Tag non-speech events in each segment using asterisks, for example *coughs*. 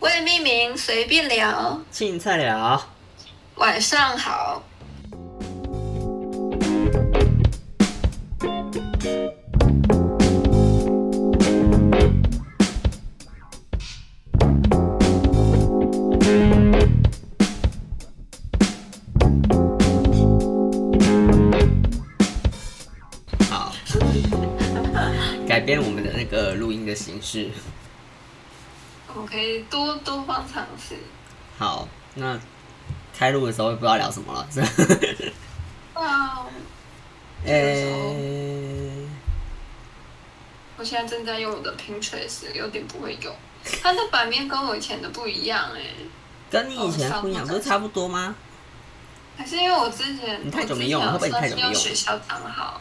未命名，随便聊。青菜聊，晚上好，好，改变我们的那个录音的形式。我可以多多方尝试。好，那开录的时候也不知道聊什么了。 *laughs* 是吧哇，呃、我现在正在用我的 Pinterest，有点不会用。它的版面跟我以前的不一样哎、跟你以前不一样，不是差不多吗？还是因为我之前你太久没用了我之前会不会你太久有没用用了学校账号？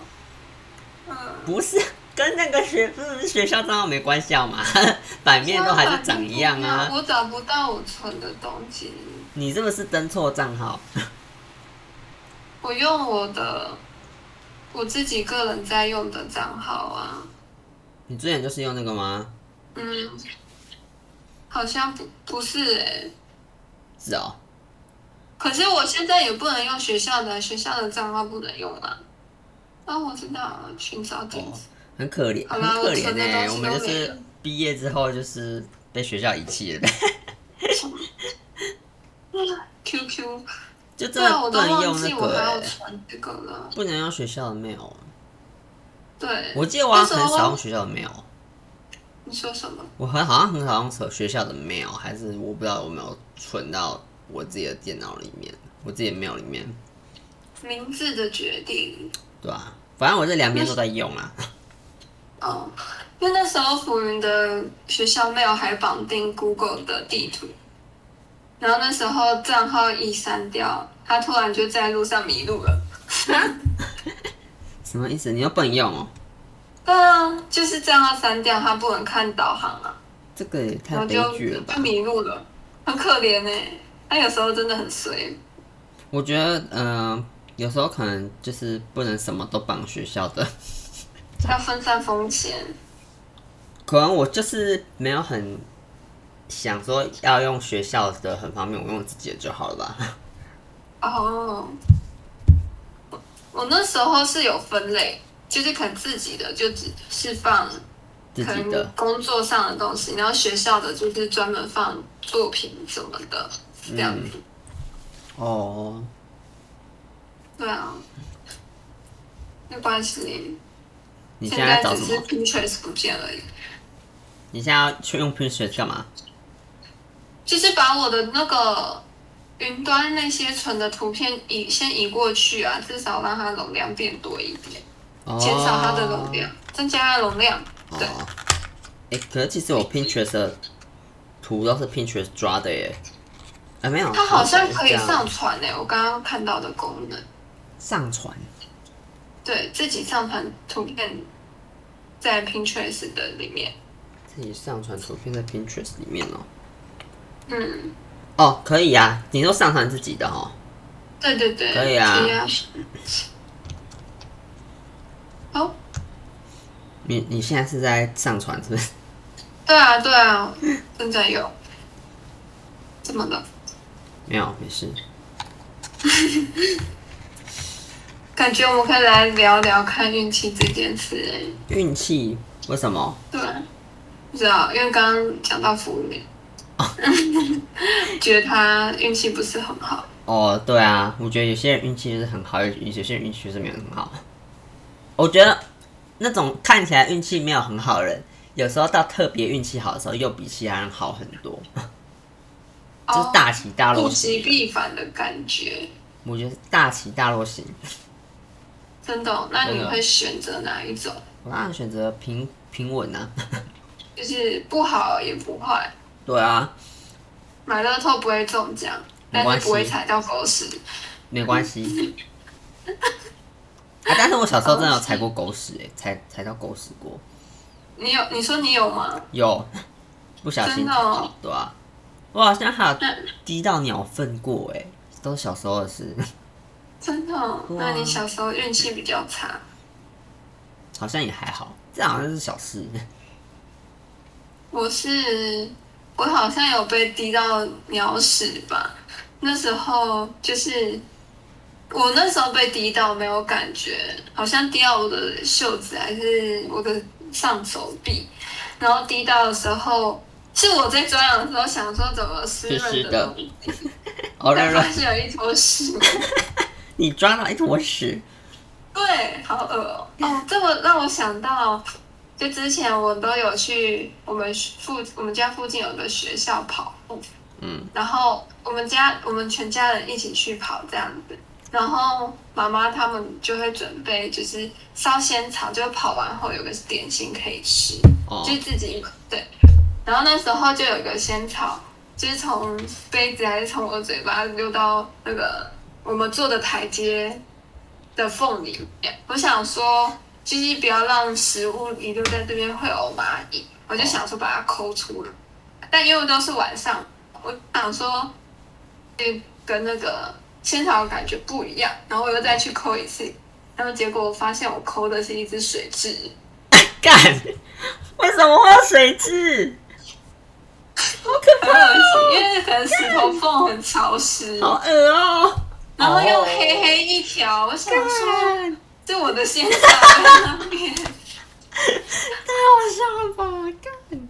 嗯，不是，跟那个学嗯学校账号没关系好吗？ *laughs* 版面都还是长一样啊。我找不到我存的东西，你是不是登错账号？ *laughs* 我用我的我自己个人在用的账号啊。你之前就是用那个吗？嗯，好像不不是哎、是哦，可是我现在也不能用学校的，学校的账号不能用啊。啊，我知道了，寻找地 *laughs* 址。很可怜，好很啦可我怜存呢、的东西我们就都没是了毕业之后就是被学校遗弃了， QQ，就真对啊，的我不都能忘用记那我个、还要欸，传这个了。不能用学校的 mail。啊对，我记得我好像那时很候少用学校的 mail，你说什么？我很好像很少用学校的 mail，还是我不知道有没有存到我自己的电脑里面，我自己的 mail 里面，明智的决定。对吧、反正我这两边都在用啊。哦，因为那时候浮云的学校 mail 还绑定 Google 的地图，然后那时候账号一删掉，他突然就在路上迷路了。什么意思？你又不能用哦？对啊，就是账号删掉，他不能看导航啊，这个也然太后悲就剧了吧就！迷路了，很可怜呢、他有时候真的很衰，我觉得，嗯、有时候可能就是不能什么都绑学校的，要分散风险。可能我就是没有很想说要用学校的很方便，我用自己的就好了吧。哦，我那时候是有分类，就是可能自己的就只是放自可己能的，工作上的东西，然后学校的就是专门放作品什么的，嗯这样子。哦，对啊，没关系。你现现在在要找只什是么？ Pinterest 不见而已，你现在要去用 Pinterest 干嘛？就是把我的那个云端那些存的图片移先移过去啊，至少让它容量变多一点，哦减少它的容量，增加它的容量。对，哦，哎、可是其实我 Pinterest 的图都是 Pinterest 抓的耶。啊，没有，它好像可以哦这样上传诶、我刚刚看到的功能。上传。对自己上传图片在 Pinterest 的里面，自己上传图片在 Pinterest 里面哦。嗯，哦，可以啊，你都上传自己的哦。对对对，可以啊可以啊。哦，你你现在是在上传是不是？对啊对啊，正在用，怎么了？没有，没事。感觉我们可以来聊聊看运气这件事、欸，运气为什么？对啊，不知道，因为刚刚讲到福运，哦 *laughs* 觉得他运气不是很好，哦，对啊，我觉得有些人运气就是很好，有有些人运气就是没有很好。我觉得那种看起来运气没有很好的人，有时候到特别运气好的时候，又比其他人好很多， *laughs* 就是大起大哦落物极型。必反的感觉，我觉得是大起大落型。真的哦、那你真的会选择哪一种？我当然选择平平稳啊。就是不好也不坏，对啊，买乐透不会中奖，没但关是系不会踩到狗屎。没关系。啊，但是我小时候真的有踩过狗屎、欸，踩踩到狗屎过，你有？你说你有吗？有不小心真的哦对啊，我好像还有那滴到鸟粪过、欸，哎，都是小时候的事，真的哦、哇那你小时候运气比较差。 *laughs* 好像也还好，这好像是小事。我是我好像有被滴到鸟屎吧。那时候就是我那时候被滴到没有感觉，好像滴到我的袖子还是我的上手臂，然后滴到的时候是我在抓痒的时候想说怎么湿是润湿的的东西，哦，但软发软，现有一坨屎。你抓到一坨屎，对，好恶哦、哦，这么让我想到，就之前我都有去我们附我们家附近有个学校跑步，嗯，然后我们家我们全家人一起去跑这样子，然后妈妈他们就会准备就是烧仙草，就跑完后有个点心可以吃，哦就是自己对。然后那时候就有一个仙草，就是从杯子还是从我嘴巴溜到那个我们坐的台阶的缝里面。我想说，就是不要让食物遗留在这边会有蚂蚁，我就想说把它抠出来。但因为都是晚上，我想说，嗯跟那个仙草的感觉不一样，然后我又再去抠一次，然后结果我发现我抠的是一只水蛭。干，为什么会有水蛭？很恶心，因为可能石头缝很潮湿，哦好恶哦、然后又黑黑一条，我想说干，这我的仙草在那边，太好笑了吧，干，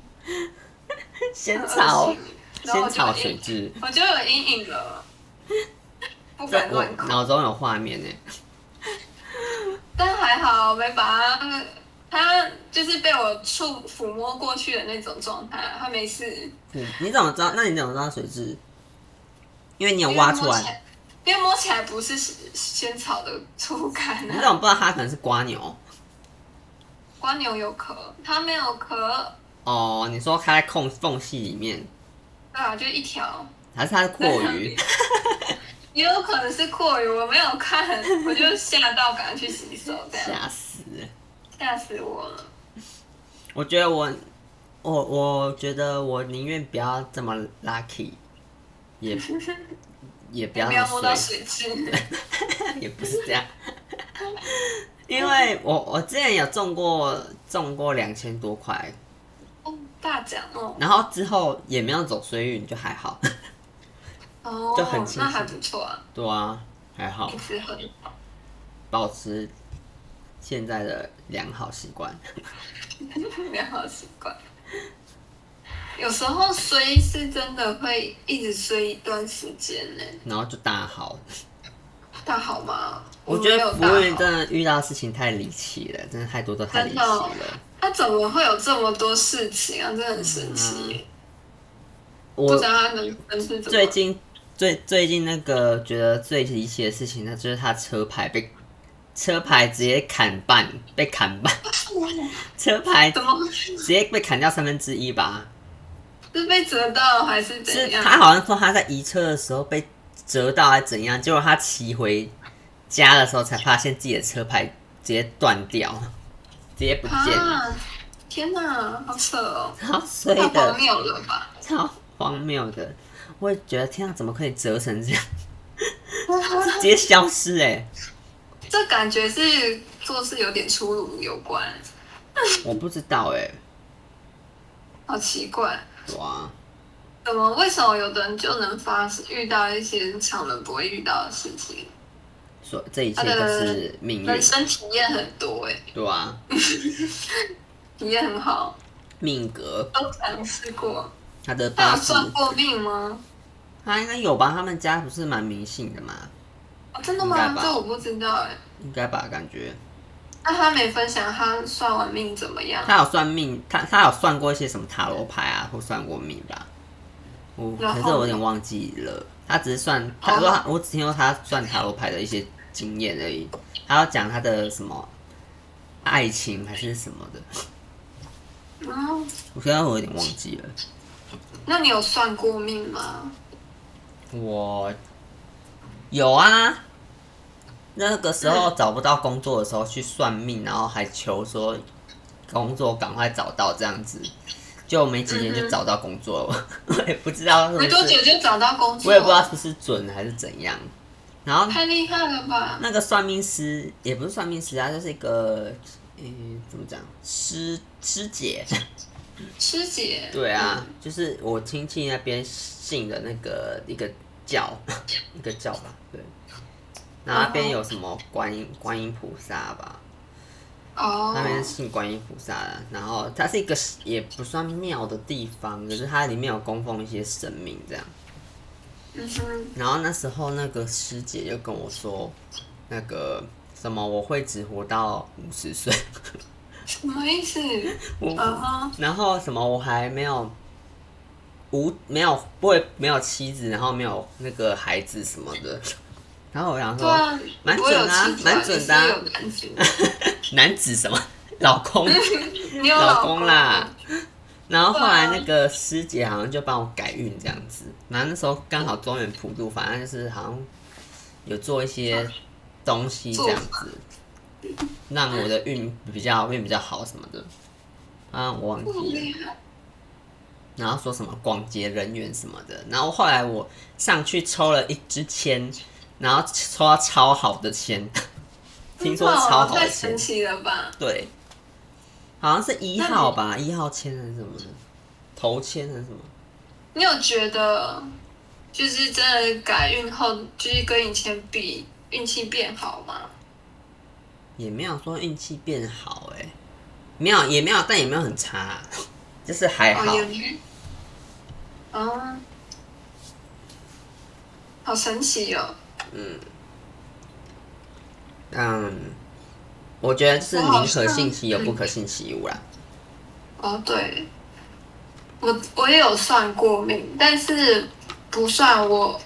仙草很恶，心然后仙我草就有水阴，蛭，我就有阴影了，不这敢我乱抠，脑中有画面呢。欸但还好没把它，它就是被我触抚摸过去的那种状态，它没事，你嗯你怎么知道？那你怎么知道水蛭？因为你有挖因为摸出起来，来，因为摸起来不是仙草的触感你啊怎。么不知道它可能是瓜牛？瓜牛有壳，它没有壳，哦，你说它在空缝隙里面，对啊，就一条。还是它是阔 *laughs* 鱼？也有可能是阔鱼，我没有看，我就吓到，赶快去洗手， *laughs* 这样吓死了！吓死我了。我觉得我，我我觉得我宁愿不要这么 lucky，也 *laughs* 也不不要要摸到那么水，水蛭， *laughs* 也不是这 *laughs* 样。因为我我之前有中过中过两千多块， *laughs* 哦，大奖哦，然后之后也没有走衰运，就还好。哦，就很清楚那还不错啊，对啊，还好一直很好。保持现在的良好习惯。 *laughs* 良好习惯。有时候衰是真的会一直衰一段时间呢，然后就大好。大好吗？我觉得们服没务有员大好，真的遇到事情太离奇了，真的太多都太离奇真的哦了。他怎么会有这么多事情啊？真的很神奇，不嗯我知道他能能是怎么最近最最近那个觉得最离奇的事情，那就是他车牌被车牌直接砍半，被砍半， *laughs* 车牌怎么 *laughs* 直接被砍掉三分之一吧。是被折到还是是怎样？他好像说他在移车的时候被折到还怎样，结果他骑回家的时候才发现自己的车牌直接断掉， *laughs* 直接不见了，啊！天哪，好扯哦！ *laughs* 超衰太的荒。谬了吧？ *laughs* 超荒谬的，我也觉得天啊，怎么可以折成这样， *laughs* 直接消失哎、这感觉是做事有点出入有关，我不知道哎、好奇怪，哇，怎么为什么有的人就能发遇到一些常人不会遇到的事情？所这一切都是命运人，生体验很多哎、对啊，体验很好，命格，都尝试过。他的那八有字，算过命吗？他应该有吧？他们家不是蛮迷信的嘛，哦、真的应该吗？吧这我不知道哎、应该吧？感觉那他没分享他算完命怎么样？他有算命，他他有算过一些什么塔罗牌啊，或算过命吧？我然后哦可是我有点忘记了，他只是算，他说他我只听说他算塔罗牌的一些经验而已，他要讲他的什么爱情还是什么的，嗯，我现在我有点忘记了。那你有算过命吗？我有啊，那个时候找不到工作的时候去算命，然后还求说工作赶快找到这样子，就没几天就找到工作了， *laughs* 我也不知道是不没多久是，就找到工作，我也不知道是不是准还是怎样。然后太厉害了吧！那个算命师也呃不是算命师啊，就是一个，嗯、怎么讲，师师姐，师姐，对啊，就是我亲戚那边信的那个一个教，一个教吧，对。然后那边有什么观音观音菩萨吧，哦那，边信观音菩萨的。然后它是一个也不算庙的地方，可是它里面有供奉一些神明这样。嗯哼，然后那时候那个师姐就跟我说，那个什么我会只活到五十岁， *laughs* 什么意思？我嗯哼，然后什么我还没有无没有不会没有妻子，然后没有那个孩子什么的。 *laughs* 然后我想对说，啊，蛮我有准的啊妻子蛮准的啊你是有感情， *laughs* 男子什么 *laughs* 老 *laughs* 公你有老公公啦。然后后来对啊那个师姐好像就帮我改运这样子，然后那时候刚好中原普渡，反正就是好像有做一些东西这样子， *laughs* 让我的运比较运比较好什么的，啊，我忘这么记了。厉害，然后说什么广结人缘什么的。然后后来我上去抽了一支签，然后抽到超好 *laughs* 的签，听说真的哦超好太的神签，奇了吧？对，好像是一号吧，一号签还是什么的，头签还是什么？你有觉得就是真的改运后，就是跟以前比运气变好吗？也没有说运气变好哎、没有也没有，但也没有很差、啊 *laughs* 就是还好哦，。也没哦，好神奇哦！嗯，我觉得就是宁可信其有，不可信其无啦。哦，对，我我也有算过命，但是不算我，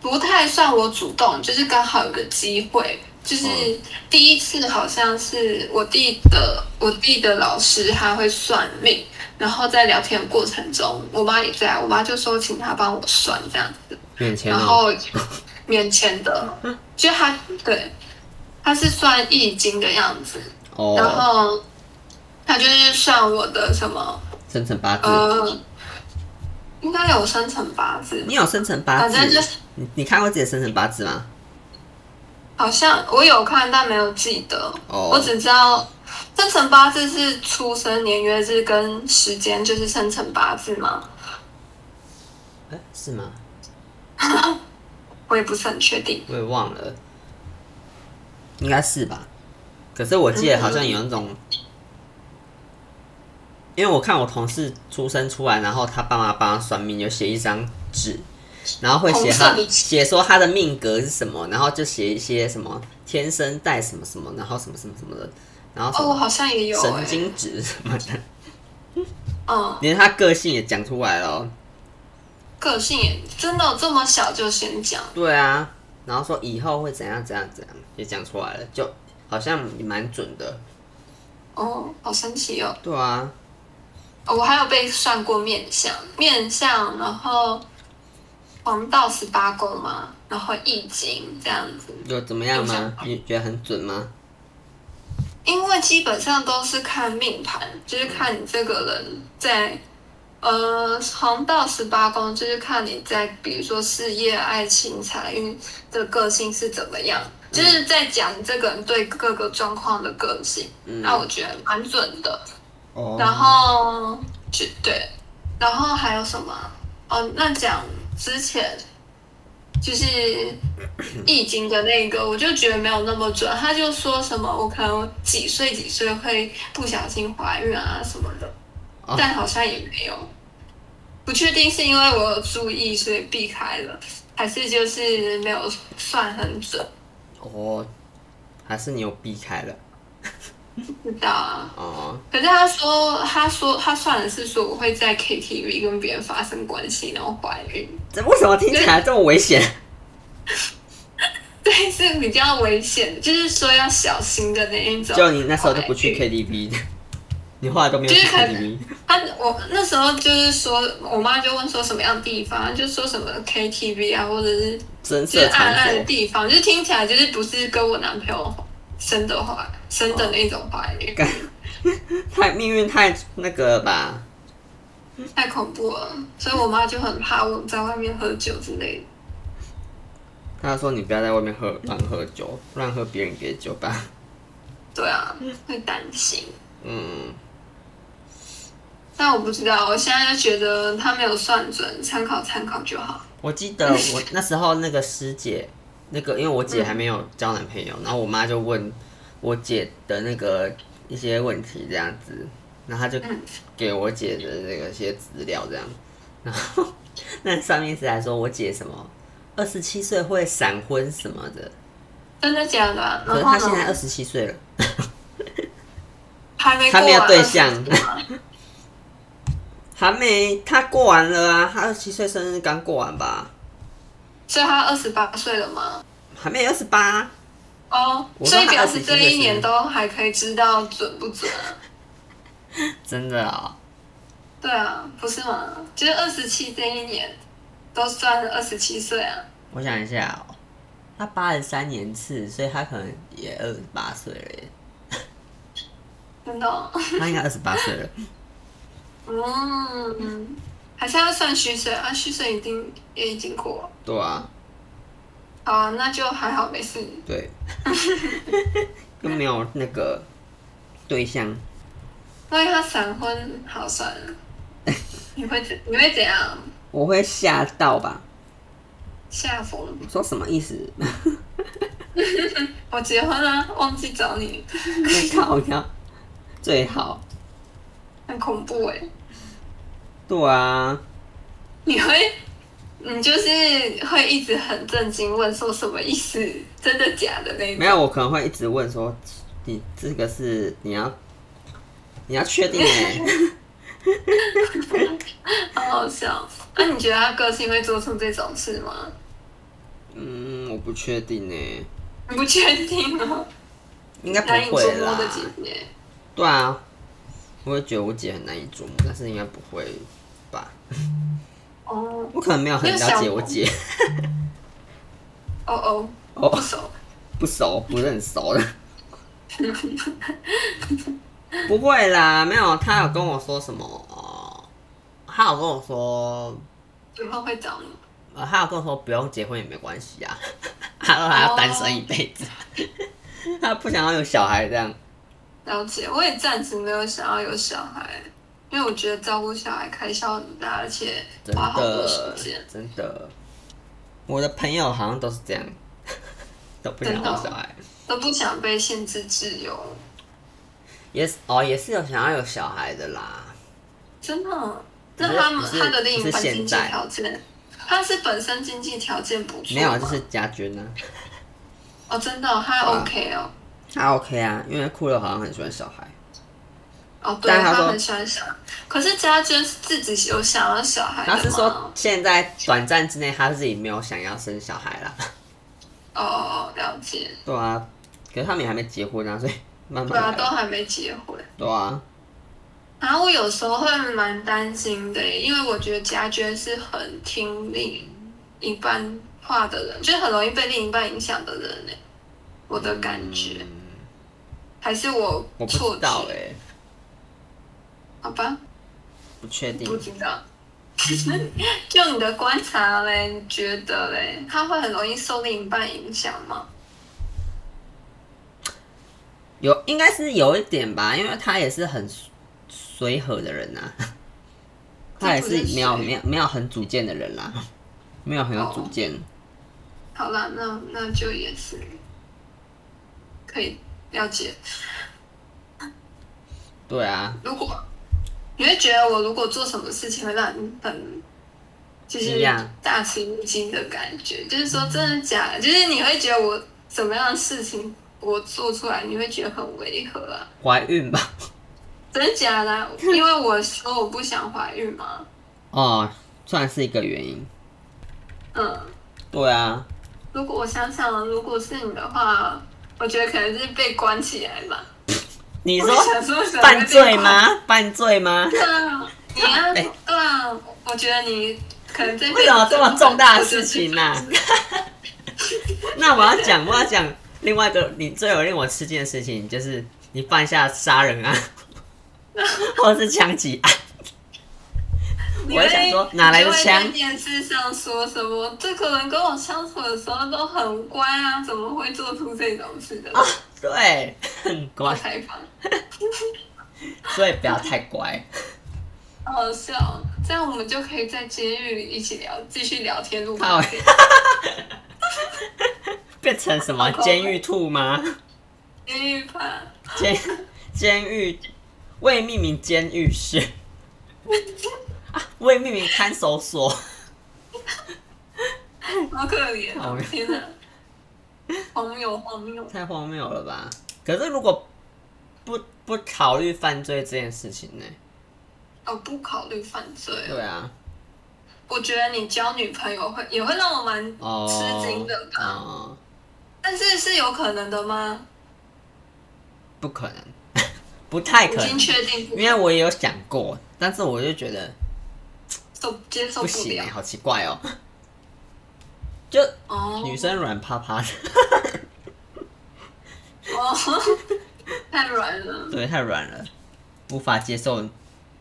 不太算我主动，就是刚好有个机会。就是嗯第一次好像是我弟的，我弟的老师他会算命，然后在聊天的过程中，我妈也在，我妈就说请他帮我算这样子，免钱然哦， *laughs* 后免钱的，就他对，他是算易经的样子，然哦，后他就是算我的什么生辰八字。呃，应该有生辰八字，你有生辰八反字？正就是你你看过自己的生辰八字吗？好像我有看，但没有记得。哦我只知道生辰八字是出生年月日跟时间，就是生辰八字嘛。哎、是吗？我也不是很确定。我也忘了，应该是吧。可是我记得好像有那种，因为我看我同事出生出来，然后他爸妈帮他算命，有写一张纸，然后会写他红色的纸写说他的命格是什么，然后就写一些什么天生带什么什么，然后什么什么什么的，然后什哦，我么好像也有、欸。神经质什么的，嗯，连他个性也讲出来了哦。个性也真的这么小就先讲，对啊，然后说以后会怎样怎样怎样，也讲出来了，就好像蛮准的。哦，好神奇哦。对啊，哦我还有被算过面相，面相，然后黄道十八宫嘛，然后易经这样子。有怎么样吗？你觉得很准吗？因为基本上都是看命盘，就是看你这个人在呃黄道十八宫，就是看你在比如说事业、爱情、财运的个性是怎么样，就是在讲这个人对各个状况的个性。嗯那我觉得蛮准的。哦然后就对，然后还有什么啊？哦，那讲之前就是《易经》的那个，我就觉得没有那么准。他就说什么我可能几岁几岁会不小心怀孕啊什么的哦，但好像也没有。不确定是因为我有注意所以避开了，还是就是没有算很准，哦，还是你有避开了不知道啊。哦可是他说，他说他算的是说我会在 KTV 跟别人发生关系，然后怀孕， *laughs* 这为什么听起来这么危险？对，是比较危险，就是说要小心的那一种。就你那时候都不去怀孕 KTV，你 *laughs* 后来都没有去就是可能 KTV。他我那时候就是说，我妈就问说什么样的地方，就说什么 KTV 啊，或者是深就是暗色场暗的所，地方，就听起来就是不是跟我男朋友生的怀生的那种怀孕，干太命运太那个了吧？太恐怖了，所以我妈就很怕我在外面喝酒之类的。他说你不要在外面喝乱喝酒，乱喝别人给的酒吧。对啊，会担心。嗯，但我不知道，我现在就觉得他没有算准，参考参考就好。我记得我那时候那个师姐，那个因为我姐还没有交男朋友，然后我妈就问我姐的那个一些问题这样子，然后她就嗯给我姐的那个些资料这样，然后 *laughs* 那上面是还说我姐什么二十七岁会闪婚什么的，真的假的啊？可是然后她现在呢？二十七岁了，还没她过没有完对二十象几吗还没她过完了啊，她二十七岁生日刚过完吧，所以他二十八岁了吗？还没有二十八，哦，我所说他以表示这27岁一年都还可以知道准不准啊？真的啊、对啊，不是吗？就是二十七这一年都算二十七岁啊。我想一下哦，他八十三年次，所以他可能也二十八岁了耶，真的、哦，他应该二十八岁了。嗯，还是要算虚岁啊，虚岁一定也已经过了。 *laughs* 对啊，好啊，那就还好，没事。 *laughs* 对，又没有那个对象，万一他闪婚，好算了。你会怎你会怎样？我会吓到吧？吓疯？说什么意 *laughs* 思？我结婚啦、忘记找 *laughs* 你，靠呀，最好。很恐怖哎、对啊，你会，你就是会一直很震惊，问说什么意思？真的假的那种？没有，我可能会一直问说，你这个是你要你要确定哎、 *laughs* 好好笑。那、你觉得他个性会做出这种事吗？嗯，我不确定哎、你不确定 *laughs* 哦，应该难以不捉会摸啦。的姐姐。对啊，我会觉得我姐很难以琢磨，但是应该不会吧？哦我可能没有很了解我姐，哦哦， *laughs* 哦不，熟。不熟，不是很熟的。 *laughs* 不会啦，没有，她有跟我说什么？呃她有跟我说， *laughs* 以后会找你。呃，她有跟我说不用结婚也没关系啊， *laughs* 她说她要单身一辈子，哦 *laughs* 她不想要有小孩这样。了解，我也暂时没有想要有小孩，因为我觉得照顾小孩开销很大，而且真花好多时的间。，真的，我的朋友好像都是这样，都不想真的要哦小孩。都不想被限制自由，也是哦，也是有想要有小孩的啦。真的。可是那他们可是他的另一可半是现经济在条件，他是本身经济条件不 *laughs* 错吗，没有，啊就是家军呢、哦，真的哦、他啊 OK 哦，他 OK 啊，因为酷乐好像很喜欢小孩。哦，对，但他他说很喜欢小孩，可是家娟是自己有想要小孩他的是吗说？现在短暂之内他自己没有想要生小孩啦。 *laughs* 哦，了解，对啊，可是他们也还没结婚啊，所以慢对慢啊，来都吧。还没结婚。对啊，然后我有时候会蛮担心的，因为我觉得家娟是很听另一半话的人，就是很容易被另一半影响的人呢。我的感觉、嗯还是我我不错知觉，道哎、好吧，不确定不。知道。嗯 *laughs* 就你的观察嘞，你觉得嘞，他会很容易受另一半影响吗？有应该是有一点吧，因为他也是很随和的人呐、啊他也是没有没有没有很主见的人啦， *laughs* 没有很有主见。好啦，那那就也是可以了解。对啊，如果你会觉得我如果做什么事情会让你很就是惊讶大吃一惊的感觉，就是说真的假的，就是你会觉得我怎么样的事情我做出来，你会觉得很违和啊？怀孕吧？ *laughs* 真的假的啊、因为我说我不想怀孕嘛，哦，算是一个原因。嗯，对啊，如果我想想，如果是你的话，我觉得可能是被关起来吧。你我说想说为什么会被犯罪关吗？犯罪吗？对啊，你啊，哎对啊，我觉得你可能这辈子为什么这么重大的事情呢、啊 *laughs* 那我要讲，我要讲另外一个你最有令我吃惊的事情，就是你犯下杀人 *laughs* 案，或者是枪击案。你我会在想说哪来的枪你会在电视上说什么？这个人跟我相处的时候都很乖啊，怎么会做出这种事的？啊，对，很乖，采访， *laughs* 所以不要太乖。好笑，这样我们就可以在监狱里一起聊，继续聊天录靠吧。变成什么好恐怖监狱兔吗？监狱吧，监监狱未命名监狱室啊，未命名看守所。好可怜好哦，天哪！荒谬荒谬，太荒谬了吧？可是如果不不考虑犯罪这件事情呢？哦，不考虑犯罪哦。对啊，我觉得你交女朋友会也会让我蛮，哦，吃惊的吧哦，但是是有可能的吗？不可能，不太可已经能，确定不因为我也有想过，但是我就觉得受接受不不行、了欸，好奇怪哦。就哦女生软趴趴的， *laughs* 哦， *laughs* 太软了，对，太软了，无法接受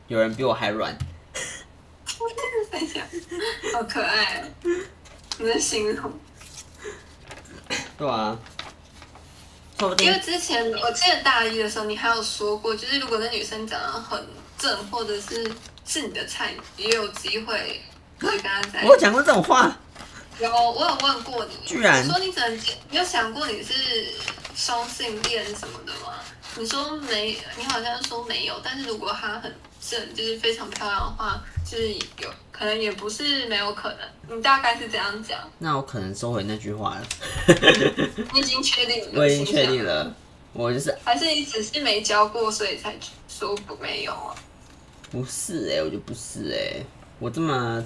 有人比我还软。等一下，好可爱哦，你的形容。对啊，说不因定为之前我记得大一的时候，你还有说过，就是如果那女生长得很正，或者是是你的菜，也有机会会跟她在一我有起。讲过这种话，有，我有问过你，居然你说你只能接，你有想过你是双性恋什么的吗？你说没，你好像说没有，但是如果她很正，就是非常漂亮的话，就是有可能也不是没有可能。你大概是这样讲，那我可能收回那句话了。 *laughs* 你已经确定你的我已经倾向确定了，我就是还是你只是没教过，所以才说不没有啊？不是哎、我就不是哎、我这么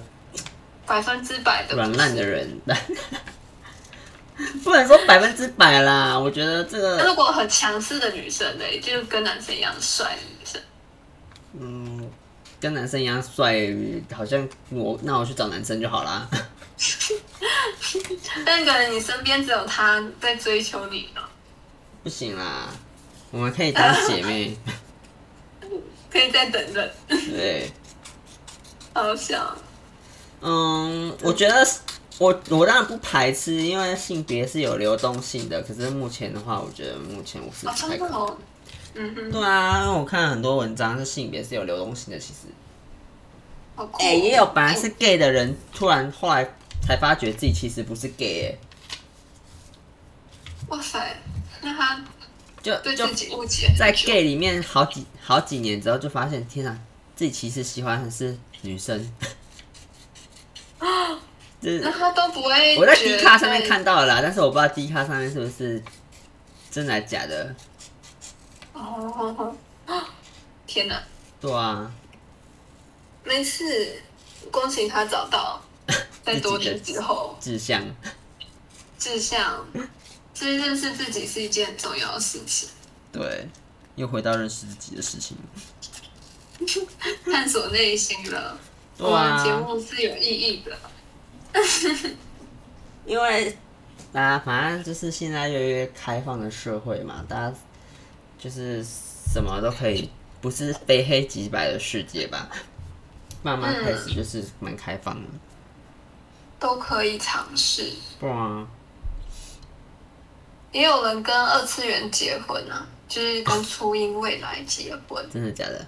百分之百的软烂的。人，不能说百分之百啦。我觉得这那个，如果很强势的女生呢，就是跟男生一样帅的女生，嗯，跟男生一样帅，好像我那我去找男生就好啦。 *laughs* *laughs* 但可能你身边只有他在追求你呢，不行啦，我们可以当姐妹，可以再等等。对。好笑，嗯，我觉得我我当然不排斥，因为性别是有流动性的。可是目前的话，我觉得目前我是好不像太不可能。哦。嗯哼，对啊，因为我看很多文章是性别是有流动性的，其实。好酷哦。哎、也有本来是 gay 的人，突然后来才发觉自己其实不是 gay，、欸、哇塞，那他就对就自己误解很久在 gay 里面好几好几年之后，就发现天啊，自己其实喜欢的是 *gasps* 女生。就是那他都不会。我在 D 卡上面，看到了啦，但是我不知道 D 卡上面是不是真的还假的。哦，天哪，对啊，没事，恭喜他找 *laughs* 到，在多年之后。志向志 *laughs* 向，所以认识自己是一件很重要的事情，对，又回到认识自己的事情。探索内心了。对我们节啊，目是有意义的，因为啊，反正就是现在越来越开放的社会嘛，大家就是什么都可以，不是非黑即白的世界吧。慢慢开始就是蛮开放的，都可以尝试。对啊，也有人跟二次元结婚啊，就是跟初音未来结 *laughs* 婚。真的假的？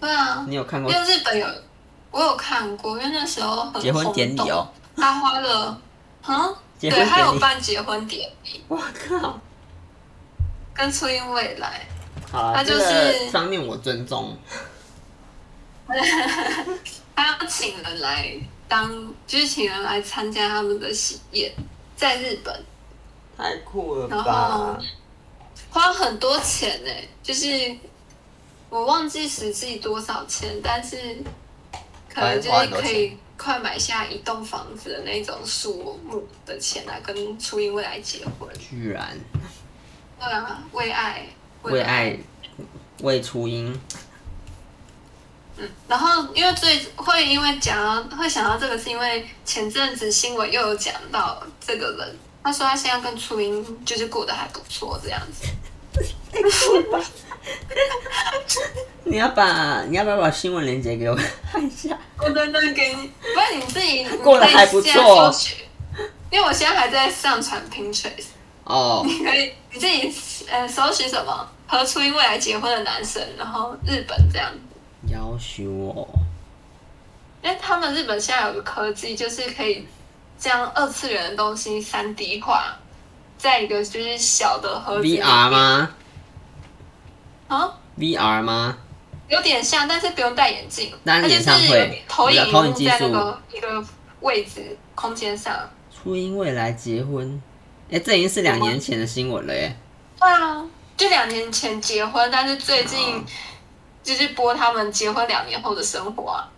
对啊，你有看因过为日本有，我有看过，因为那时候很结婚典礼轰哦动，他花了，嗯，结婚对，他有典礼？办结婚典礼，我靠！跟初音未来。 *laughs* 好啦，他就是这个方面我尊重，他要请人来当，就是请人来参加他们的喜宴，在日本太酷了然后？花很多钱呢、就是我忘记实际多少钱，但是可能就反是正花很多可以快买下一栋房子的那种数目的钱啊，跟初音未来结婚，居然对啊，为爱，为，爱为初音，嗯，然后因为最会因为讲到会想到这个，是因为前阵子新闻又有讲到这个人，他说他现在跟初音就是过得还不错这样子， *laughs* 你要把你要不要把新闻链接给我看一下？我真的给你，不是你自己过得还不错你自己现在搜寻因为我现在还在上传 Pinterest，哦，你可以你自己呃搜寻什么和初音未来结婚的男生，然后日本这样，要求哦，哎，他们日本现在有个科技，就是可以将二次元的东西三 D 化，在一个就是小的盒子里 VR 吗啊， ？VR 吗？有点像，但是不用戴眼镜，当它然就脸上是有会投影我知道投影幕技在那术个一个位置空间上。初音未来结婚，哎、这已经是两年前的新闻了耶。对啊，就两年前结婚，但是最近哦就是播他们结婚两年后的生活啊。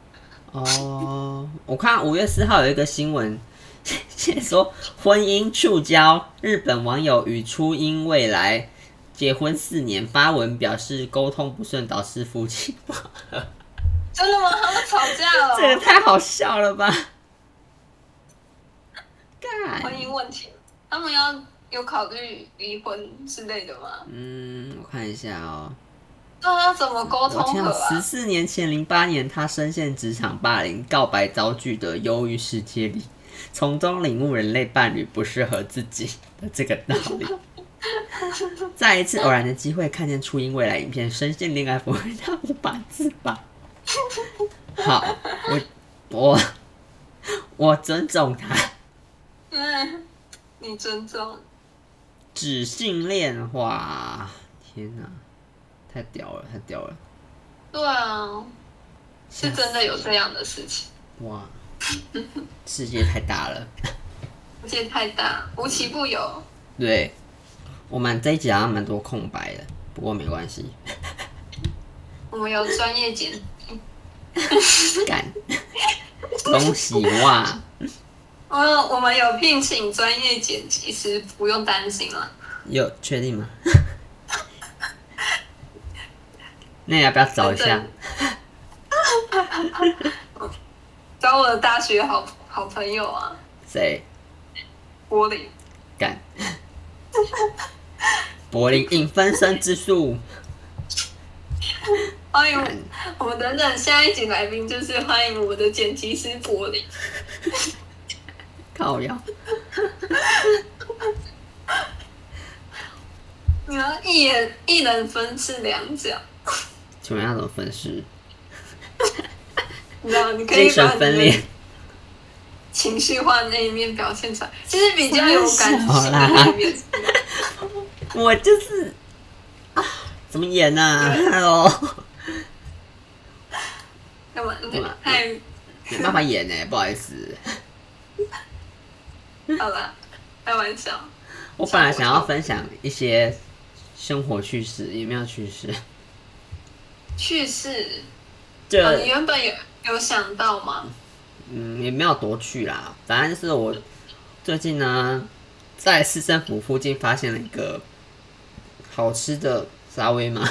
哦，我看五月四号有一个新闻，写说婚姻触礁，日本网友与初音未来结婚四年，发文表示沟通不顺导致夫妻，真的吗？他们吵架 *laughs* 这也了？太好笑了吧！干婚，姻问题，他们要有考虑离婚之类的吗？嗯，我看一下哦，那要怎么沟通我天和啊，十啊？四年前，零八年，他深陷职场霸凌、告白遭拒的忧郁世界里，从中领悟人类伴侣不适合自己的这个道理。在一次偶然的机会，看见初音未来影片，深陷恋爱不会让无法自拔。好，我我我尊重他，嗯，你尊重。只性恋化，天哪、太屌了，太屌了！对啊，是真的有这样的事情，哇，世界太大了。世界太大，无奇不有。对，我们这一集好像蛮多空白的，不过没关系。我们有专业检， *laughs* 干，恭喜哇！我有我们有聘请专业剪辑师，不用担心了。有确定吗？ *laughs* 那你要不要找一下？找我的大学好好朋友啊，谁柏林。干？柏林影分身之术，欢迎我们等等下一集来宾就是欢迎我的剪辑师柏林。靠腰。你要一人一人分饰两角，请问要怎么分尸？你知道？你可以精把神你分的裂？情绪化那一面表现出来，其实比较有感性的那一面。我就是啊，怎么演呐、 *laughs* 啊、？Hello。干嘛？干嘛太没办法演呢、欸不好意思。好了，开玩笑。我本来想要分享一些生活趣事，也没有趣事。去世，就哦你原本有有想到吗？嗯，也没有多趣啦。反正就是我最近呢，在市政府附近发现了一个好吃的沙威玛。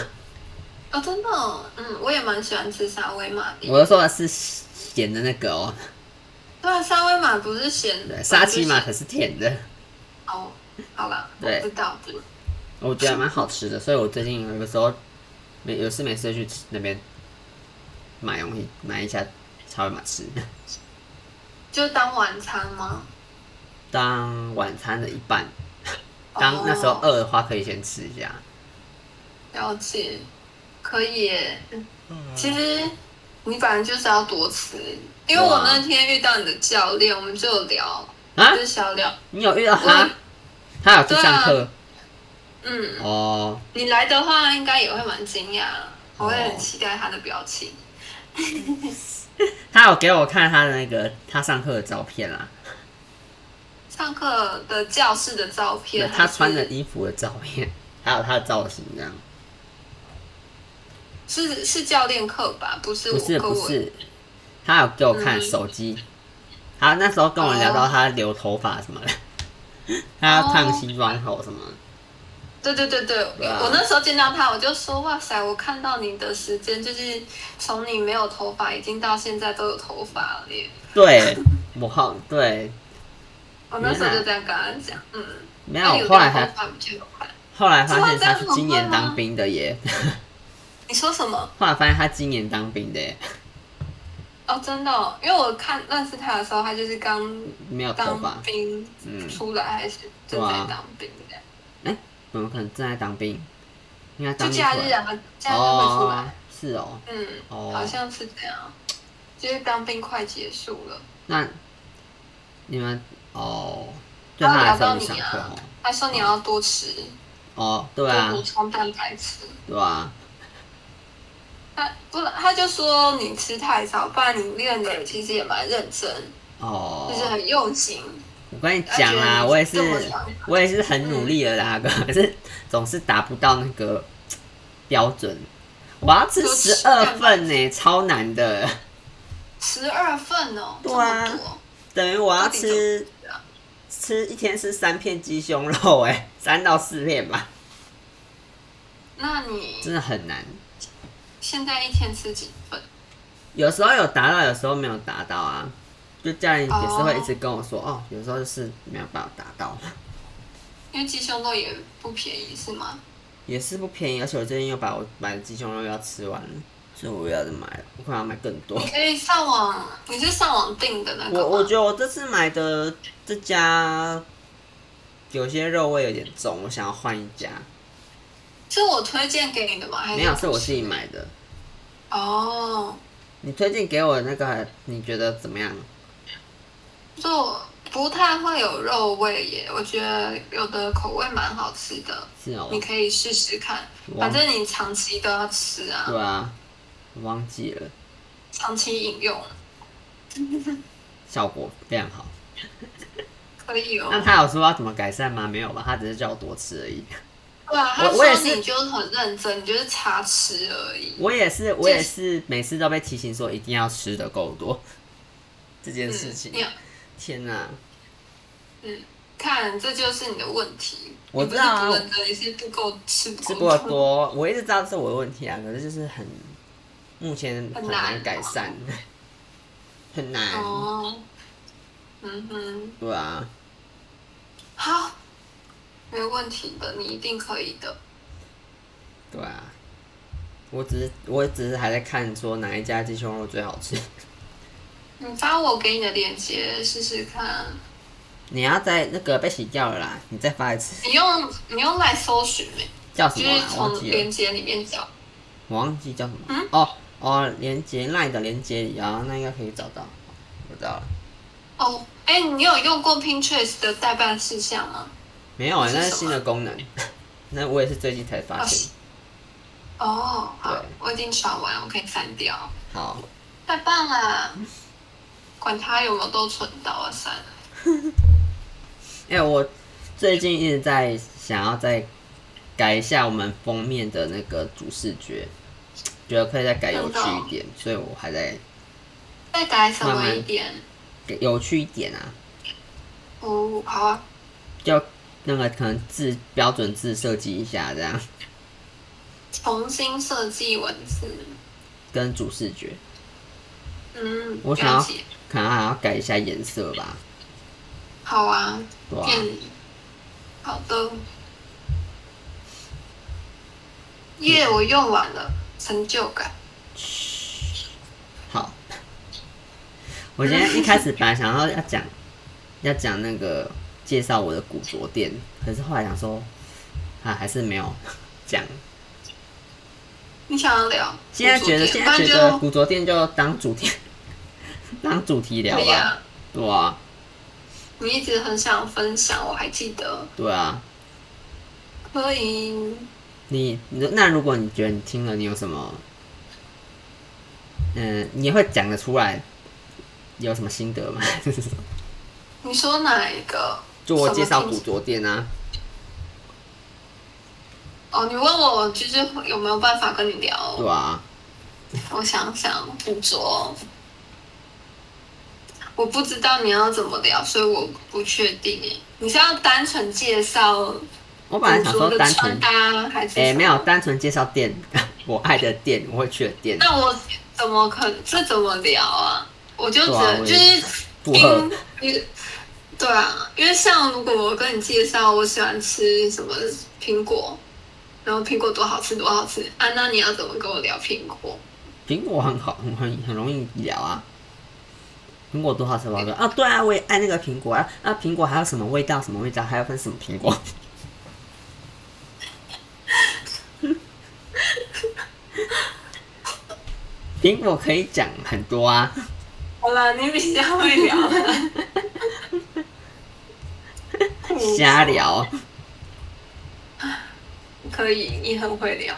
哦，真的哦、嗯，我也蛮喜欢吃沙威玛的。我要说的是咸的那个哦、对啊，沙威玛不是咸对，的，沙琪玛不可哦是是甜的，咸哦，好吧，我对知道。对我觉得蛮好吃的，所以我最近有的时候没有事没事去吃那边买东西，买一下沙威玛吃，就当晚餐吗？当晚餐的一半。当那时候哦、饿的话，可以先吃一下。了解，可以耶。嗯其实你反正就是要多吃，因为我哇那天遇到你的教练，我们就有聊，啊就，是小聊。你有遇到我他？他有去上课、嗯，哦。你来的话应该也会蛮惊讶，我会很期待他的表情。他有给我看他的那个他上课的照片啊啦，上课的教室的照对片，他穿的衣服的照片，还有他的造型这样。是是教练课吧？不是不我是跟不我是，他有给我看嗯手机。他那时候跟我聊到哦他留头发什么的， *laughs* 他要烫西装头什么的。对对对对，对啊我那时候见到他，我就说哇塞，我看到你的时间就是从你没有头发，已经到现在都有头发了耶。对，我好对，我哦那时候原来就这样跟他讲，嗯，没那你有。有后来掉头还发比较快。后来发现这样他是很今年快吗当兵的耶，你说什么？ *laughs* 后来发现他今年当兵的耶，哦，真的哦、因为我看认识他的时候，他就是刚没有头发当。兵嗯啊出来，还是正在当兵的，怎么可能正在当兵？应该就当兵假出日啊来。啊，假日会出来。哦，是哦，嗯，哦好像是这样，就是当兵快结束了，那你们哦，对他他来聊说到不你想课啊哦，，他说你要多吃，哦，对多啊补，充蛋白质。对啊，他不，他就说你吃太少，不然你练的其实也蛮认真，哦，就是很用心。我跟你讲他觉嗯得啦，你我也是这么强，我也是很努力的啦，可是总是达不到那个呃标准。我要吃就吃十二份呢、超难的，十二份哦，对啊这么多，等于我要到底怎么吃啊吃一天吃三片鸡胸肉、哎，三到四片吧，那你真的很难。现在一天吃几份？有时候有达到，有时候没有达到啊。就家人也是会一直跟我说哦，有时候就是没有办法达到，因为鸡胸肉也不便宜，是吗？也是不便宜。而且我最近又把我买的鸡胸肉要吃完了，所以我又要再买了，我可能要买更多你。可以上网，你是上网订的那个我我吗觉得我这次买的这家有些肉味有点重，我想要换一家。是我推荐给你的吗？还是没有，是我自己买的。哦，你推荐给我的那个，你觉得怎么样？就不太会有肉味耶。我觉得有的口味蛮好吃的，是哦，你可以试试看。我反忘正你长期都要吃啊，对啊，我忘记了，长期饮用效果非常好。可以哦。那他有说要怎么改善吗？没有吧，他只是叫我多吃而已。对啊，他我我也说是你就是很认真，你就是茶吃而已。我也是，我也是，每次都被提醒说一定要吃的够多 *laughs* 这件嗯事情。你天哪、嗯，看这就是你的问题。我你不知是道啊不认真，你是不够吃不吃够不够多，我一直知道这是我的问题啊，可是就是很目前很很难难改善，很难，哦，嗯哼，对啊，好，没问题的，你一定可以的。对啊，我只是我只是还在看说哪一家鸡胸肉最好吃，你发我给你的链接试试看，你要在那个被洗掉了啦，你再发一次，你用你用来搜寻呗、叫什就么是啦？忘从记链了，接里面找。我忘记叫什么，嗯哦哦，连接赖的连接里啊，那应该可以找到，我知道了，哦，哎、你有用过 Pinterest 的代办事项吗？没有、欸，是那是什么新的功能， *laughs* 那我也是最近才发现，哦，好对，我已经刷完，我可以删掉。好，太棒了，管它有没有都存到啊，删。哎、我最近一直在想要再改一下我们封面的那个主视觉，觉得可以再改有趣一点，所以我还在再改什慢么慢一点？给有趣一点啊，哦，好啊，就那个可能字标准字设计一下，这样重新设计文字。跟主视觉，嗯，我想要了解可能还要改一下颜色吧，好啊，对嗯吧、嗯，好的。耶、我用完了，成就感。好，我今天一开始本来想要要讲要讲那个介绍我的古着店，可是后来想说啊，还是没有 *laughs* 讲。你想要聊古现在着哦觉得，店现不在然觉得就古着店就当主题， *laughs* 当主题聊对吧。呀、对啊，你一直很想分享，我还记得。对啊。可以，你你那如果你觉得你听了你有什么，嗯，你会讲得出来有什么心得吗？ *laughs* 你说哪一个？就我介绍什么古听着店啊，哦，你问我就是有没有办法跟你聊？对啊，我想想，古着，我不知道你要怎么聊，所以我不确定耶。你是要单纯介绍我本来古想着说的单穿，纯搭，还是哎、什么没有，单纯介绍店， *laughs* 我爱的店，我会去的店，那我怎么可这怎么聊啊？我就只对啊能、我就也是不喝，因对啊，因为像如果我跟你介绍我喜欢吃什么苹果，然后苹果多好吃多好吃啊，那你要怎么跟我聊苹果？苹果很好，很很很容易聊啊。苹果多好吃，我说啊，对啊，我也爱那个苹果啊啊，苹果还有什么味道？什么味道？还要分什么苹果？苹果可以讲很多啊，好啦，你比较会聊。瞎聊。 *laughs* 可以，你很会聊。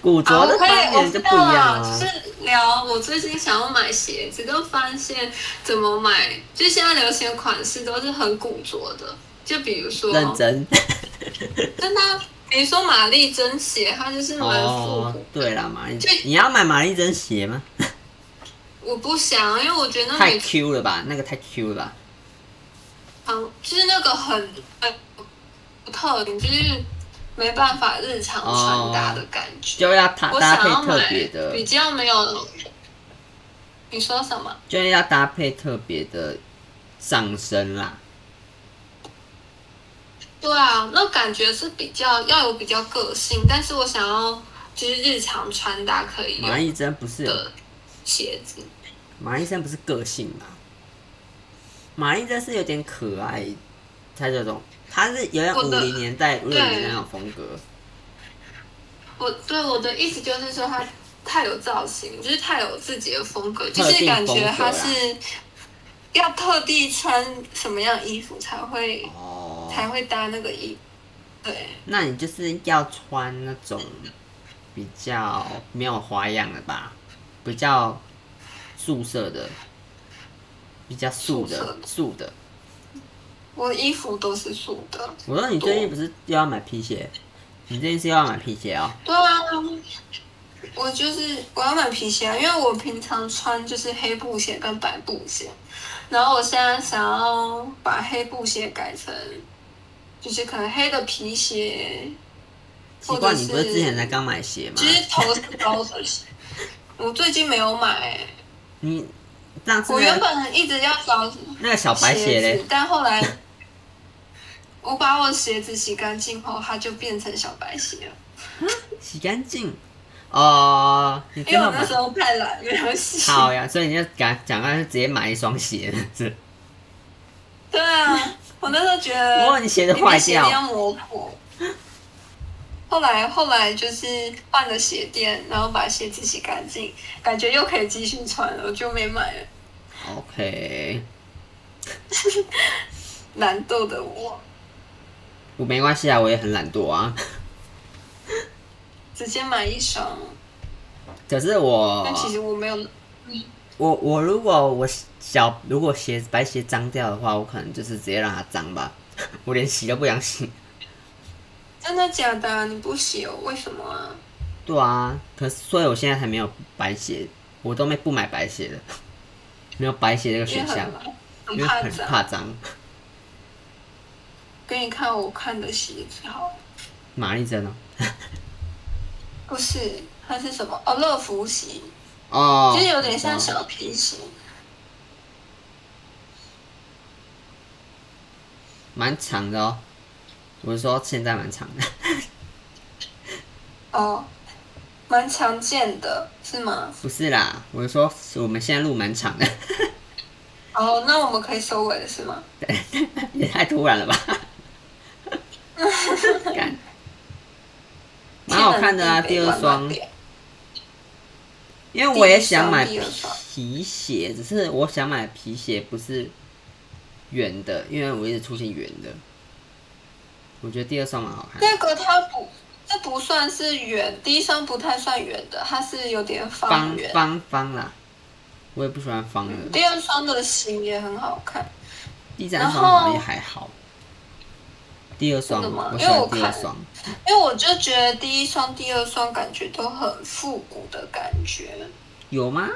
古好，着我的哦可以，方我面知就道不一样了，啊就。是聊我最近想要买鞋子，就发现怎么买，就现在流行的款式都是很古着的，就比如说，认真真的啊，比如说玛丽珍鞋，它就是蛮复哦古。，对了，玛丽就，你要买玛丽珍鞋吗？我不想，因为我觉得太每 Q 了吧，那个太 Q 了吧。常就是那个很很不特定，就是没办法日常穿哦搭的感觉。就要搭我搭想要配特买别的，比较没有。你说什么？就是要搭配特别的上身啦。对啊，那感觉是比较要有比较个性，但是我想要就是日常穿搭可以马用丽珍不是有的鞋子。马丽珍不是个性嘛？马丽珍是有点可爱，她这种，她是有点我五的零年代、六零年代那种风格。我对我的意思就是说，它太有造型，就是太有自己的风格，就特是定感风格啊觉啦它是要特地穿什么样衣服才会、哦，才会搭那个衣服。对，那你就是要穿那种比较没有花样的吧，比较素色的，比较素的素的。我衣服都是素的。我说你最近不是又要买皮鞋？你最近是又要买皮鞋哦？对啊，我就是我要买皮鞋啊，因为我平常穿就是黑布鞋跟白布鞋，然后我现在想要把黑布鞋改成，就是可能黑的皮鞋，奇怪，或者是你不是之前才刚买鞋吗其？实头是高的。 *laughs* 我最近没有买、欸你上次我那原个本一直要找那个小白鞋鞋嘞子，，但后来 *laughs* 我把我鞋子洗干净后，它就变成小白鞋了，洗干净哦。你因真为我的那买时候太懒，没有洗。好呀，所以你就赶讲快就直接买一双鞋子。对啊，我那时候觉不 *laughs* 得，过你鞋子坏掉，要磨破。后来后来就是换了鞋垫，然后把鞋子洗干净，感觉又可以继续穿了，我就没买了。 OK，懒惰的我我没关系啊，我也很懒惰啊。直接买一双，哦可是我但其实我没有。我我如果我小如果鞋白鞋脏掉的话，我可能就是直接让它脏吧，我连洗都不想洗。真的假的啊？你不洗哦？为什么啊？对啊，可是所以我现在还没有白鞋，我都没不买白鞋的，没有白鞋这因个为选很项，懒很因为怕很脏。怕脏。给你看我看的鞋子好了，玛丽珍哦，不是，它是什么？哦，乐福鞋，哦，就是有点像我知道小皮鞋。蛮长的哦。我是说现在蛮长的， *laughs* 哦，蛮常见的，是吗？不是啦，我是说我们现在路蛮长的， *laughs* 哦，那我们可以收尾了，是吗？也太突然了吧？ *laughs* 干蛮好看的啊，第二双，因为我也想买第二双皮鞋，只是我想买皮鞋不是圆的，因为我一直出现圆的。我觉得第二双蛮好看的，那个它不，这不算是圆，第一双不太算圆的，它是有点方圆。方方啦，我也不喜欢方的。第二双的型也很好看，第三双然后好像还好，第二双真的吗我喜因为欢我第二看双，因为我就觉得第一双、第二双感觉都很复古的感觉。有吗？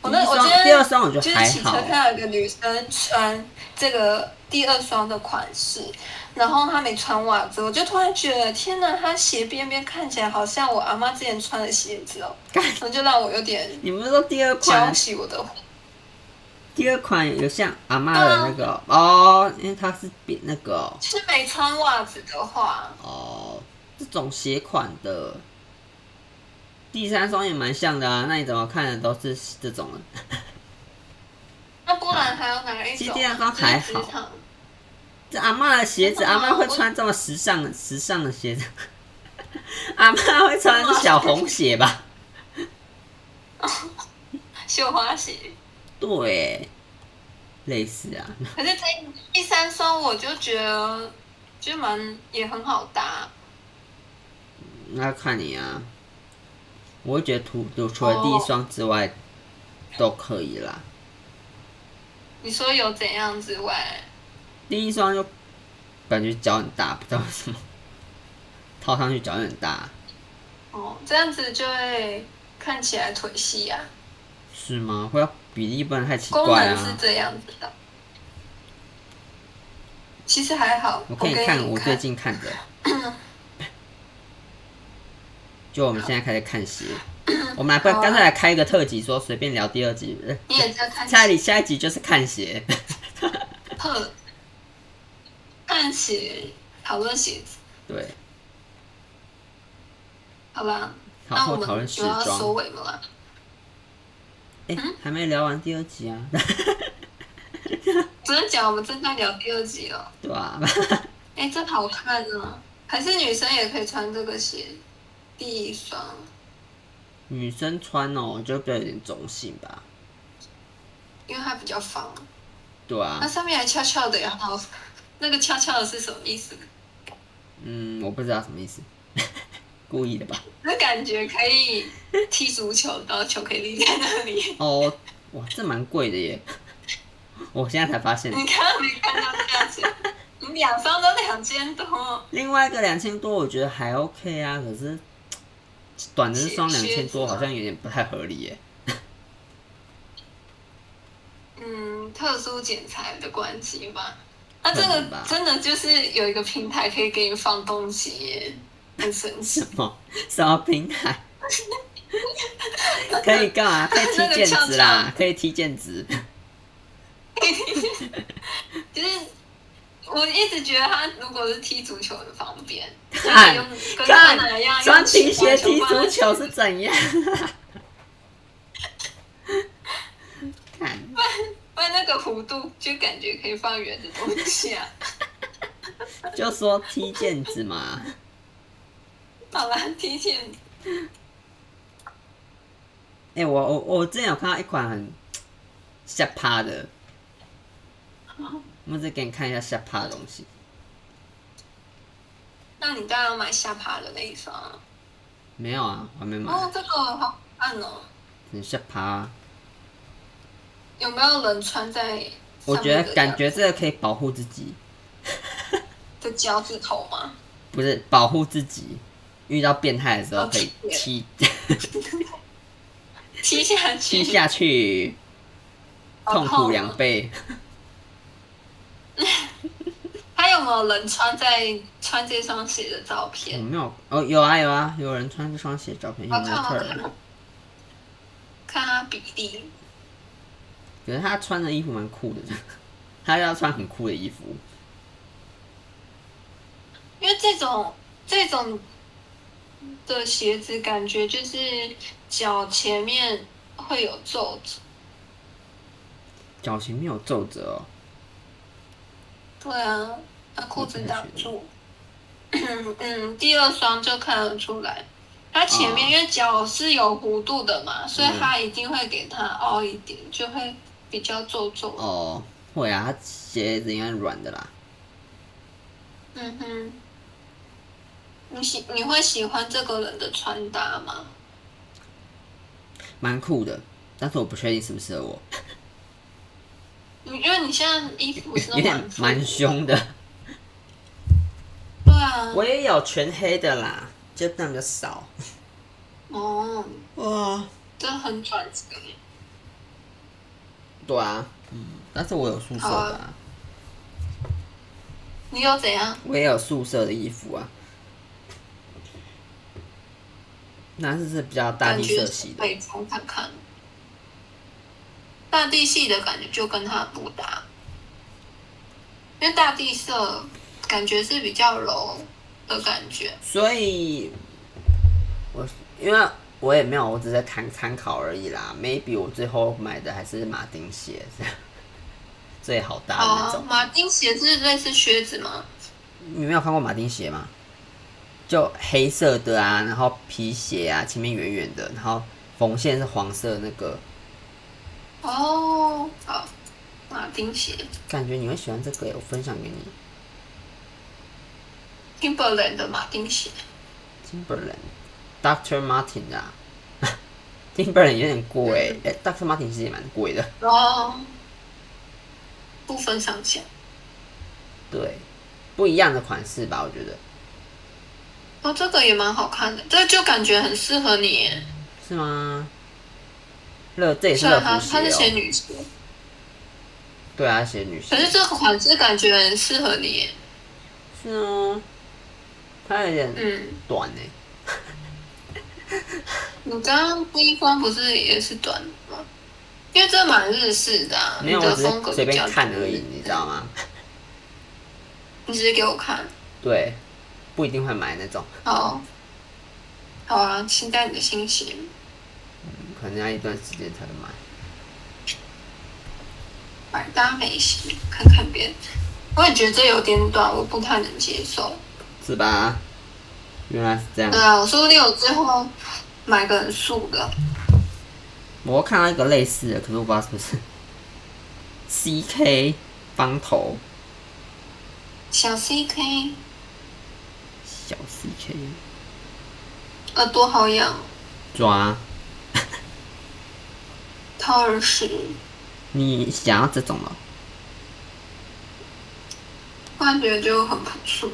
我那我第一今双第二天双我觉就得是还骑车好，看到一个女生穿这个第二双的款式，然后她没穿袜子，我就突然觉得天哪，她鞋边边看起来好像我阿妈之前穿的鞋子哦，干然后就让我有点 *laughs* 你们说第二浇款，熄我的火。第二款有像阿妈的那啊个哦，因为它是比那个哦就是没穿袜子的话，哦这种鞋款的，第三双也蛮像的啊。那你怎么看的都是这种的？那不然还有哪一其实种？第二双还就好是职场这阿妈的鞋子，真的阿吗 *laughs* 妈会穿这么时尚的时尚的鞋子，阿妈会穿小红鞋吧？绣花鞋。对，类似啊，可是这一三双我就觉得就蛮也很好搭，那看你啊。我会觉得除除了第一双之外，都可以啦。你说有怎样之外，第一双就感觉脚很大，不知道为什么套上去脚就很大，哦，这样子就会看起来腿细啊，是吗？会要比例不能太奇功怪能是啊。这样子的。其实还好，我给可以你看我最近看的， *coughs* 就我们现在开始看鞋。我们来不好啊嗯干脆来开一个特辑，说随便聊第二集。呃你也在看下一下一集就是看鞋，特看鞋讨论鞋子， *laughs* 对，好吧？好那我后讨论们时就要收装。尾了啦。哎、还没聊完第二集啊， *laughs* 只能讲我们正在聊第二集了。对啊吧、哎、真好看啊！还是女生也可以穿这个鞋，第一双。 *laughs* 女生穿哦，就比较有点中性吧，因为它比较方，对啊它。上面还翘翘的，然后那个翘翘的是什么意思？嗯，我不知道什么意思， *laughs* 故意的吧？那感觉可以踢足球，然后球可以立在那 *laughs* 里。哦，哇，这蛮贵的耶！我现在才发现，你看没看到这样子？你两双都两千多，另外一个两千多，我觉得还 OK 啊，可是短的是双靴两靴千多，子吗好像有点不太合理耶。嗯，特殊剪裁的关系吧。那、可这能个吧真的就是有一个平台可以给你放东西耶，很神奇 *laughs* 什。么什么平台？ *laughs* 可以干嘛？可以那个踢毽翘子翘啦，可以踢毽子。就是我一直觉得他如果是踢足球很方便，看用跟看他哪一样，用穿皮鞋网球踢棒足球是怎样？看，为那个弧度就感觉可以放远的东西啊。 *laughs* 就说踢毽子嘛。好啦，提前哎、我我我之前有看到一款很下趴的，哦我再给你看一下下趴的东西。那你当然要买下巴的那一双啊。没有啊，我还没买，哦，这个好看哦。很下趴、啊。有没有人穿在上面我觉得的感觉这个可以保护自己，的脚趾头吗？ *laughs* 不是保护自己，遇到变态的时候可以哦踢踢下去，踢下去，好痛苦哦两倍。还有没有人穿在穿这双鞋的照我片？没有哦，有啊有啊，有人穿这双鞋照片，有好哦模看好特看儿，，看它比例。可是他穿的衣服蛮酷的， *laughs* 他要穿很酷的衣服。因为这种这种的鞋子，感觉就是脚前面会有皱褶。脚前面有皱褶哦，对啊，那裤子挡住。 *clears throat* 嗯，第二双就看得出来，它前面、哦因为脚是有弧度的嘛，所以嗯它一定会给它凹一点，就会比较皱皱。哦，会啊，它鞋子应该软的啦。嗯哼，你喜你会喜欢这个人的穿搭吗？蛮酷的，但是我不确定适不适合我，你因为你现在衣服是有点晚服蛮凶的。对啊，我也有全黑的啦，就那比较少。哦，哇，这很转折。对啊，嗯，但是我有宿舍的、啊，你有怎样？我也有宿舍的衣服啊。但是是比较大感地觉色系的可，以穿看看。大地系的感觉就跟它不搭，因为大地色感觉是比较柔的感觉。所以我因为我也没有，我只是在参参考而已啦。maybe 我最后买的还是马丁鞋， *laughs* 这样最好搭的那种哦，。马丁鞋是类似靴子吗？你没有看过马丁鞋吗？就黑色的啊，然后皮鞋啊，前面圆圆的，然后缝线是黄色的那个，哦，好，马丁鞋感觉你会喜欢这个耶，我分享给你。 ，Timberland 的马丁鞋， Timberland、Doctor Martin 的啊 *laughs* ，Timberland 有点贵，哎、d o c t o r Martin 其实也蛮贵的。哦，不分上下，对，不一样的款式吧，我觉得哦，这个也蛮好看的，这个就感觉很适合你耶，是吗？乐，这也是虽乐然它福它是鞋写哦、女鞋，对啊，写女鞋可。是这个款式感觉很适合你耶，是哦，它有点嗯，短哎、你刚刚第一关不是也是短的吗？因为这蛮日式的、啊，没有，你我的只风是格随比便较看而已，你知道吗？你只是给我看，对，不一定会买那种，好，好啊，期待你的新鞋。可能要一段时间才能买。百搭美食，看看别人。我也觉得这有点短，我不太能接受。是吧？原来是这样对。啊，我说不定我最后买个很素的，我看到一个类似的，可是我不知道是不是 CK 方头小 CK 小 CK 耳朵好痒，抓。掏耳屎，你想要这种哦了？突然觉得就很不错。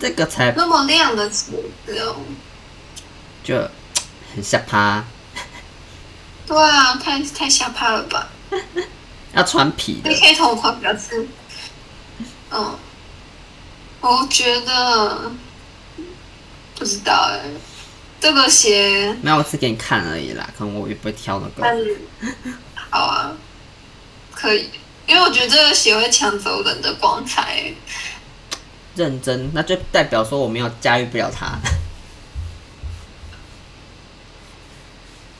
这个才那么亮的鞋子哦，就很下趴，对啊，太太下趴了吧？要穿皮的你。可以同款比较吃。嗯，我觉得不知道哎、这个鞋没有，我只给你看而已啦，可能我也不会挑那但个。好啊，可以，因为我觉得这个鞋会抢走人的光彩欸。认真，那就代表说我没有驾驭不了它。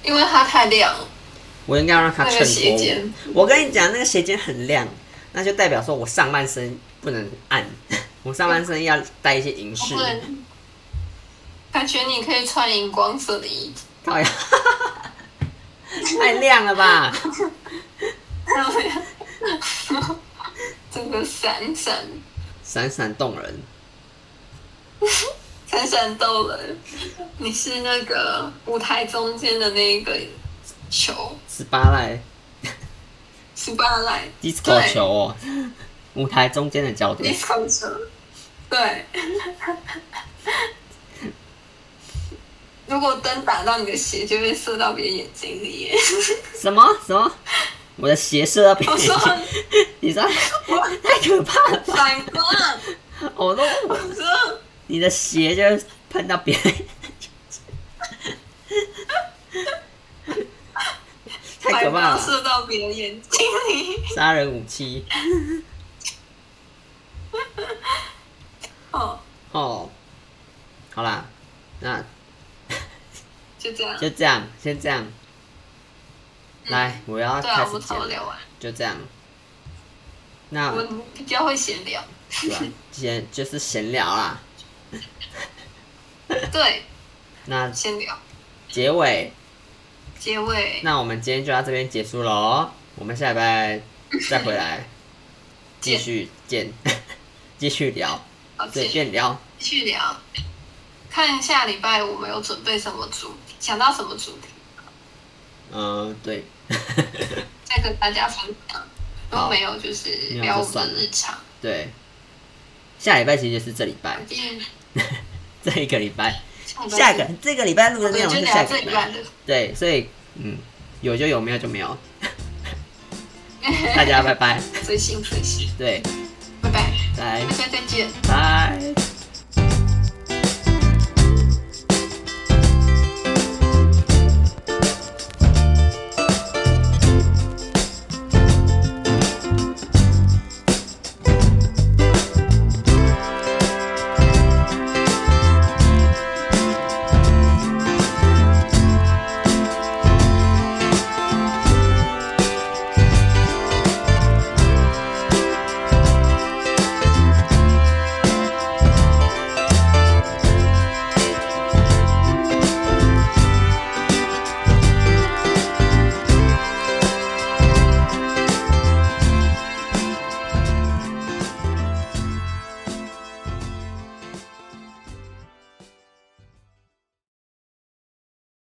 因为它太亮了， *laughs* 我应该要让它那衬个鞋托尖我。我跟你讲，那个鞋尖很亮，那就代表说我上半身不能暗， *laughs* 我上半身要带一些银我饰不。能。感觉你可以穿荧光色的衣服， *laughs* 靠呀， *laughs* 太亮了吧！ *laughs* 整个闪闪闪闪动人，闪闪动人。你是那个舞台中间的那个球，十八赖十八赖 disco 对球哦，舞台中间的焦点。 disco 球，对。如果灯打到你的鞋，就会射到别人眼睛里耶。什么什么？我的鞋射到别人我眼说睛， *laughs* 你知道太可怕了吧？反光，我都我说你的鞋就喷到别人 *laughs* 眼睛，太反可怕光了！射到别人眼睛里。杀人武器哦，哦。好啦，那就这样。就这样，先这样。来，我要嗯对开啊，我始们剪差不多了，聊完，就这样。那我们比较会闲聊。*laughs* 对吧？闲就是闲聊啦。对，那闲聊。结尾，结尾，那我们今天就到这边结束了哦。我们下礼拜再回 *laughs* 来，继见续见， *laughs* 继续聊，好，随继便聊。续聊。看下礼拜我们有准备什么主题，想到什么主题嗯、呃对，再跟大家分享。如好果没有，就是没有聊就我算们了的日常。 *laughs* 对。下礼拜其实就是这礼拜，嗯，这一个礼拜，下下一个这个礼拜录的我内们容就是聊下一个这礼一拜半。的。对，所以嗯，有就有，没有就没 *laughs* 有。大家拜拜，随性随性，对，拜拜，拜大家再见。拜。